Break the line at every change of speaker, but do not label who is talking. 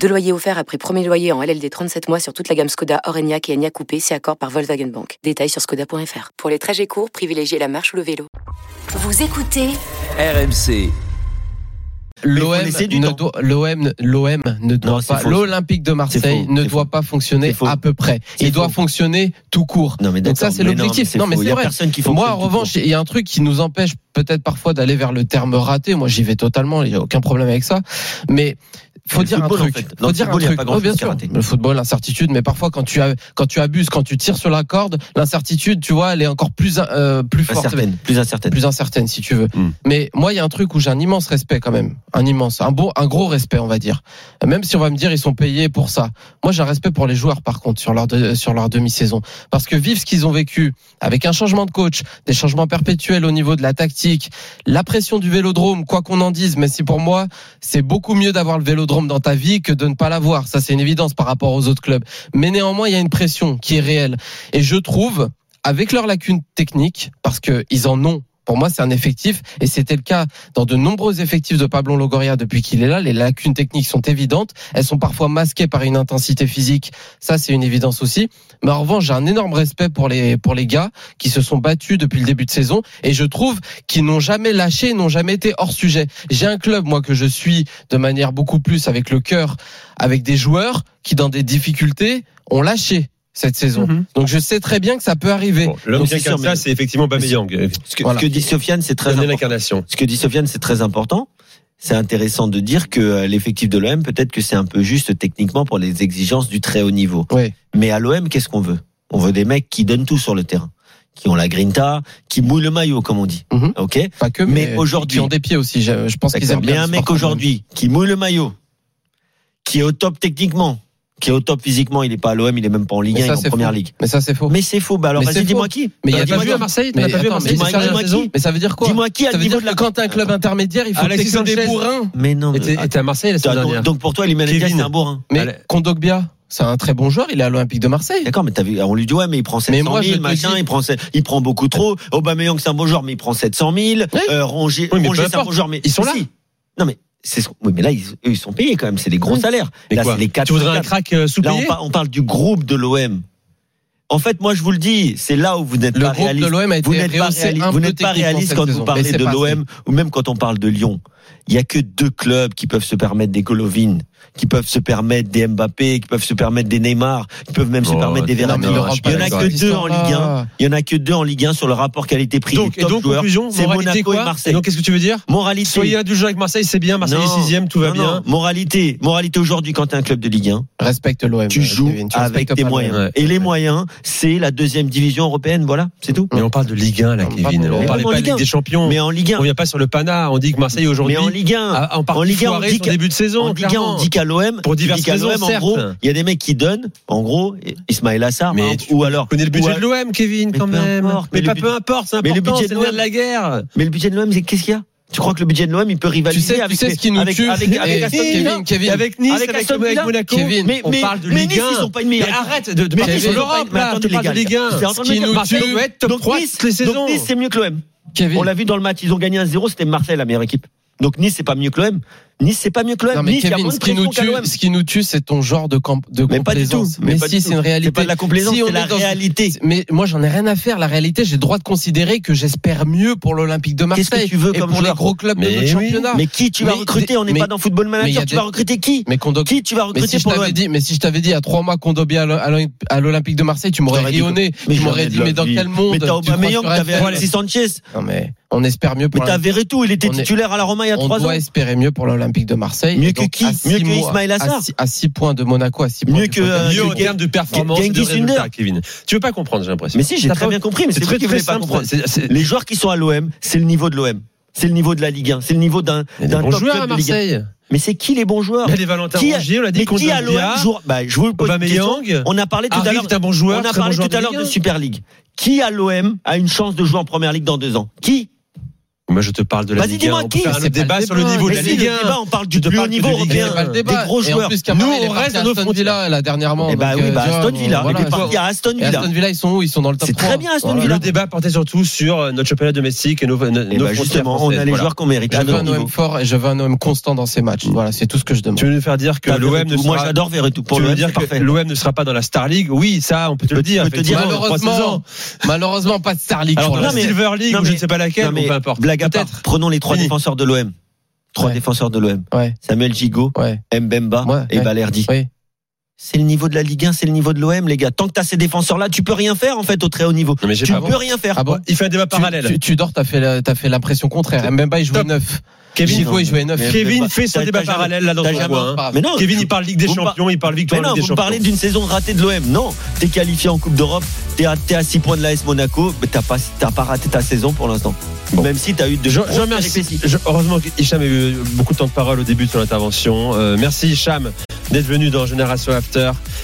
Deux loyers offerts après premier loyer en LLD 37 mois sur toute la gamme Skoda, Orenia et Enya Coupé, si accord par Volkswagen Bank. Détails sur skoda.fr. Pour les trajets courts, privilégiez la marche ou le vélo.
Vous écoutez
RMC.
L'OM
laisser du
ne
temps.
doit, l'OM, l'OM ne doit
Non, c'est
pas,
faux.
l'Olympique de Marseille
C'est faux.
ne
C'est
doit
faux.
pas
C'est
fonctionner
faux.
à peu près.
C'est
Il doit
faux.
fonctionner tout court.
Non, mais
Donc
d'accord,
ça, c'est
mais non,
l'objectif.
mais
Non, mais
faux.
c'est
Il y a
vrai.
personne qui
Moi,
fonctionne
en
tout
revanche, il y a un truc qui nous empêche peut-être parfois d'aller vers le terme raté. Moi, j'y vais totalement. Il n'y a aucun problème avec ça. Mais faut
Le
dire un
football,
truc.
en fait. Dans
Faut
le
dire un
football, il y a
truc. Oh,
pas grand-chose
bien
qui est
sûr.
raté.
Le football, l'incertitude. Mais parfois, quand tu, as, quand tu abuses, quand tu tires sur la corde, l'incertitude, tu vois, elle est encore plus, euh, plus
court.
forte
Incertaine, plus incertaine.
plus incertaine si tu veux.
Mm.
Mais moi, il y a un truc où j'ai un immense respect quand même, un immense, un beau, un gros respect, on va dire. Même si on va me dire ils sont payés pour ça. Moi, j'ai un respect pour les joueurs par contre sur leur de- sur leur demi-saison, parce que vivre ce qu'ils ont vécu avec un changement de coach, des changements perpétuels au niveau de la tactique, la pression du Vélodrome, quoi qu'on en dise, mais si pour moi, c'est beaucoup mieux d'avoir le Vélodrome dans ta vie que de ne pas l'avoir. Ça, c'est une évidence par rapport aux autres clubs. Mais néanmoins, il y a une pression qui est réelle. Et je trouve, avec leurs lacunes techniques, parce qu'ils en ont, pour moi, c'est un effectif, et c'était le cas dans de nombreux effectifs de Pablo Longoria depuis qu'il est là. Les lacunes techniques sont évidentes. Elles sont parfois masquées par une intensité physique. Ça, c'est une évidence aussi. Mais en revanche, j'ai un énorme respect pour les, pour les gars qui se sont battus depuis le début de saison. Et je trouve qu'ils n'ont jamais lâché, n'ont jamais été hors sujet. J'ai un club, moi, que je suis de manière beaucoup plus avec le cœur, avec des joueurs qui, dans des difficultés, ont lâché cette saison. Donc je sais très bien que ça peut arriver.
Bon, L'homme
Donc,
qui
c'est
incarne
sûr,
ça,
mais-
c'est effectivement Bameyang.
euh,
Ce que,
Voilà.
ce que dit Sofiane, c'est très
Dernier
important.
l'incarnation.
Ce que dit Sofiane, c'est très important. C'est intéressant de dire que euh, l'effectif de l'OM, peut-être que c'est un peu juste techniquement pour les exigences du très haut niveau.
Ouais.
Mais à l'OM, qu'est-ce qu'on veut On veut des mecs qui donnent tout sur le terrain, qui ont la grinta, qui mouillent le maillot, comme on dit.
Mhm.
Ok
Pas que,
Mais
mais,
aujourd'hui-
qui ont des pieds aussi. Je, je pense qu'ils aiment
D'accord.
bien.
Mais
le
un mec
sport.
aujourd'hui qui mouille le maillot, qui est au top techniquement, qui est au top physiquement, il n'est pas à l'OM, il est même pas en Ligue
Mais
1, il
ça,
est en
c'est
première
faux.
ligue.
Mais ça c'est faux.
Mais c'est faux. Bah alors
Mais c'est
vas-y,
faux.
dis-moi qui.
Mais il y a
Bah,
pas
dis-moi
vu
qui.
à Marseille.
Mais
Mais,
attends,
attends,
mais
mais c'est
dis-moi-
ça la
dis-moi
saison.
qui
Mais ça veut dire quoi
Dis-moi qui a
Ça
le
veut
niveau
dire
de la.
que quand un club intermédiaire, il faut
Alexis
que t'aies que des
Sanchez.
bourrins.
Mais non. mais-
Et t'es- et t'es à Marseille la
Attends,
saison dernière.
donc, donc pour toi, Iliman Diaz,
Kevin.
c'est un bourrin.
Mais
Allez.
Kondogbia, c'est un très bon joueur. Il est à l'Olympique de Marseille.
D'accord, mais t'as vu, on lui dit ouais, mais il prend 700
Mais moi, je
000,
te
machin,
dis-
il prend, sept- il prend beaucoup trop. Aubameyang, c'est un bon joueur, mais il prend 700 000.
Oui.
Euh, Rongier,
Oui, mais
Rongier,
peu
c'est un bon
importe.
joueur, mais
Ils sont
mais
là.
si. Non, mais c'est ce- oui, mais là, ils, eux, ils sont payés quand même. C'est des gros
Oui.
salaires.
Mais
là,
quoi
c'est les 4
Tu voudrais un crack euh,
Là,
sous-payé
on, par- on parle du groupe de l'OM. En fait, moi, je vous le dis, c'est là où vous n'êtes
Le
pas
groupe de
réaliste.
l'OM a été
Vous n'êtes pas,
rehaussé
réaliste-
un
vous
peu
n'êtes pas
techniquement
réaliste
cette
quand vous
saison. Mais
parlez
c'est
de
pas assez.
l'OM ou même quand on parle de Lyon. Il y a que deux clubs qui peuvent se permettre des Golovin, qui peuvent se permettre des Mbappé, qui peuvent se permettre des Neymar, qui peuvent même se
Oh,
permettre des
non,
Verratti.
mais
l'Europe,
Il y en a
par
que
exemple.
deux en Ligue 1.
Ah.
Il y en a que deux en Ligue 1 sur le rapport qualité-prix
Donc,
des
et
top
donc,
joueurs.
conclusion,
C'est
moralité
Monaco et
quoi Et
Marseille.
donc, qu'est-ce que tu veux dire
Moralité.
Soyez indulgents avec Marseille, c'est bien. Marseille
Non.
est sixième, tout va
Non, non.
bien.
Moralité. Moralité aujourd'hui quand t'es un club de Ligue 1
Respecte l'OM.
tu
euh,
joues
Kevin, tu
avec
respectes
tes
pas
moyens.
l'OM.
Ouais.
Et les moyens, c'est la deuxième division européenne, voilà, c'est tout.
Mais
Non.
on parle de Ligue 1, là,
Non,
Kevin.
pas
On
de-
Mais en
parlait pas de
Ligue
Ligue
1.
des Champions.
Mais en Ligue
On
1,
vient pas sur le Pana. On dit que Marseille aujourd'hui.
mais en Ligue 1,
a- a en
en
partie
Ligue 1, on
foiré
dit
son
qu'à-
début de saison.
en Ligue 1, on
clairement.
dit qu'à l'OM,
Pour
tu dis
diverses
qu'à
raisons,
l'OM, en
certes.
gros, il y a des mecs qui donnent, en gros, Ismaël Assar,
Mais
par exemple,
tu
ou alors,
On connaît le
ou
budget
alors-
de l'OM, Kevin,
Mais
quand
peu
même.
importe,
mais
mais
pas
le
peu importe, c'est
mais le
important,
budget
c'est
de
le nerf
l'OM.
de la guerre.
mais le budget de l'OM, c'est qu'est-ce qu'il y a Tu crois que le budget de l'OM, il peut
Tu
rivaliser
sais, tu
avec
sais
les-
ce qui nous
avec,
tue.
avec, avec
Et
Aston Villa
Kevin,
Et
Kevin.
avec Nice,
Avec
avec,
Aston
avec
Villa.
Monaco,
Kevin,
Mais,
on
mais,
parle de
mais
Ligue
Nice,
1.
ils sont pas une meilleure
Mais
équipe.
arrête de, de
Mais
parler
Nice,
sur
ils sont
pas-
l'Europe,
mais
là.
attendez,
Tu
les
parles de
gars, les
Ligue 1.
gars. C'est en train de
Ce qui
dire que
nous
Marseille-
tue, ouais, top
Donc
3
Nice-
toutes les saisons.
Donc Nice, c'est mieux que l'OM.
Kevin.
On l'a vu dans le match, ils ont gagné 1-0, c'était Marseille la meilleure équipe. Donc Nice, c'est pas mieux que l'OM. Nice, c'est pas mieux que
Non,
l'OM.
mais
Nice, il y a
Kevin,
moins
ce
de
qui nous
pression qu'à
tue,
l'OM.
ce qui nous tue, c'est ton genre de, camp, de
Mais pas du tout.
complaisance.
Mais pas
si,
du tout.
c'est une
C'est
réalité.
pas de la complaisance,
Si on
c'est la
est dans-
réalité.
Mais moi, j'en ai rien à faire. La réalité, j'ai le droit de considérer que j'espère mieux pour l'Olympique de Marseille
Qu'est-ce que tu veux
et
comme
pour les
joueur
gros clubs de
Mais
notre
oui.
championnat.
Mais qui tu vas
Mais
recruter On n'est
des-
pas dans Football
mais il y
Manager.
a
Tu vas
des-
recruter qui
Mais Kondo-
Qui tu vas
mais
recruter
si je
pour l'OM
t'avais dit, mais si je t'avais dit à trois mois qu'on Dobia à l'O- à l'O- à l'Olympique de Marseille, tu m'aurais
J'aurais dit
rionné,
Mais
tu m'aurais
jamais
dit,
de la
mais dans
vie.
quel monde
Mais t'as
tu crois
Aubameyang,
sur
t'avais
FPL?
Alexis Sanchez,
Non mais on espère mieux
mais
pour.
t'as Verretou, il était
On est-
titulaire à la Roma il y a
On
trois ans.
doit espérer mieux pour l'Olympique de Marseille.
Mieux
Et
que
donc,
qui
à six
Mieux que
mois-
Ismail Assar
à six- À 6 points de Monaco, à 6 points.
Mieux
du
que,
Bayern.
euh,
Mieux en
Genghis
termes de performance et de
Genghis Under.
résultats, Kevin. Tu veux pas comprendre, j'ai l'impression.
Mais si, j'ai
T'as
très
pas-
bien compris, mais c'est
C'est
vous
très
qui
très
voulez pas
simple.
comprendre.
C'est- c'est-
Les joueurs qui sont à l'OM, c'est le niveau de l'OM. C'est le niveau de la Ligue 1. C'est le niveau d'un
Il y a des
d'un
Bon
top
joueur à
club de Ligue 1.
Marseille.
Mais c'est qui les bons joueurs
Il y a des Valentin
Qui a-
Rongier, on l'a dit,
Mais
contre
qui à l'OM joue bah, Je vous pose une question.
Aubameyang,
On a parlé tout à
Arrive
l'heure.
est un bon joueur.
On a
très
parlé
bon joueur
tout à l'heure
Ligue
de
1.
Super League. Qui à l'OM a une chance de jouer en première ligue dans deux ans Qui
Moi, je te parle de la
Vas-y,
Ligue 1.
dis-moi
on
qui
peut faire un
C'est
autre
pas
débat
le
sur le
débat.
niveau de
Mais
la
Vas-y,
si,
Ligue 1.
le débat, on parle du
de
plus haut
parle
niveau
de Ligue
C'est
Bien.
européen.
pas le débat.
Des gros
Et En
joueurs.
plus,
Nous,
Cavani,
on
il est parti
reste
à
dans notre
Aston Villa là, dernièrement.
Eh bah
donc,
oui,
euh,
bah
tu vois,
Aston
bon,
Villa.
voilà,
Il est
tu vois.
parti à Aston
Et
Villa.
Aston Villa, ils sont où Ils sont dans le top
C'est
3.
très bien Aston
Voilà.
Villa.
Le débat portait surtout sur euh, notre championnat domestique et nos, nos,
Eh
nos
bah,
frontières
justement, on
françaises,
a les
voilà.
joueurs qu'on mérite.
Je
à
veux
notre
un
niveau.
OM fort et je veux un OM constant dans ces matchs. Voilà, c'est tout ce que je demande.
Tu veux nous faire dire que
J'adore
l'OM
tout.
ne
Moi,
sera
j'adore Verretou. Pour
tu veux
l'OM,
dire
c'est
que
parfait.
l'OM ne sera pas dans la Star League Oui, ça, on peut te le
Peut-
dire.
peut te
effectivement,
dire,
dans trois
Malheureusement,
saisons.
malheureusement pas de Star League.
Alors,
pour
Dans
le
la
non, mais-
Silver League,
non,
ou je
mais-
ne sais pas laquelle,
Non, mais
ou peu importe.
Blague à part.
Peut-être.
Prenons les trois
Fini.
défenseurs de l'OM. Trois
Ouais.
défenseurs de l'OM.
Ouais,
Samuel Gigot,
ouais,
Mbemba
Ouais,
et
ouais.
Balerdi.
oui.
C'est le niveau de la Ligue 1, c'est le niveau de l'OM, les gars. Tant que t'as ces défenseurs-là, tu peux rien faire, en fait, au très haut niveau.
Non, mais j'ai
Tu
pas
peux rien faire.
Ah bon
Il fait un débat
Tu-
parallèle.
Tu, tu, dors, t'as fait, la- t'as fait l'impression contraire. Mbemba, il jouait
Top.
9.
Kevin,
Gigot, il jouait 9.
Mais-
Euh, Kevin
T'as-
fait son
t'as
débat
jamais-
parallèle là dans
t'as
son
jamais-
coin. hein.
parlé.
Mais non,
Kevin, il parle Ligue des
vous me par-
Champions, il parle
Mais
victoire de
non,
Ligue des
vous me parlez
Champions.
d'une saison ratée de l'OM. Non, t'es qualifié en Coupe d'Europe, t'es à, t'es à 6 points de l'AS Monaco, mais t'as pas, t'as pas raté ta saison pour l'instant.
Bon.
Même si t'as eu de
Je,
grosses
je remercie.
péripéties.
je- heureusement qu'Hicham a eu beaucoup de temps de parole au début de son intervention. Euh, merci Hicham d'être venu dans Génération After.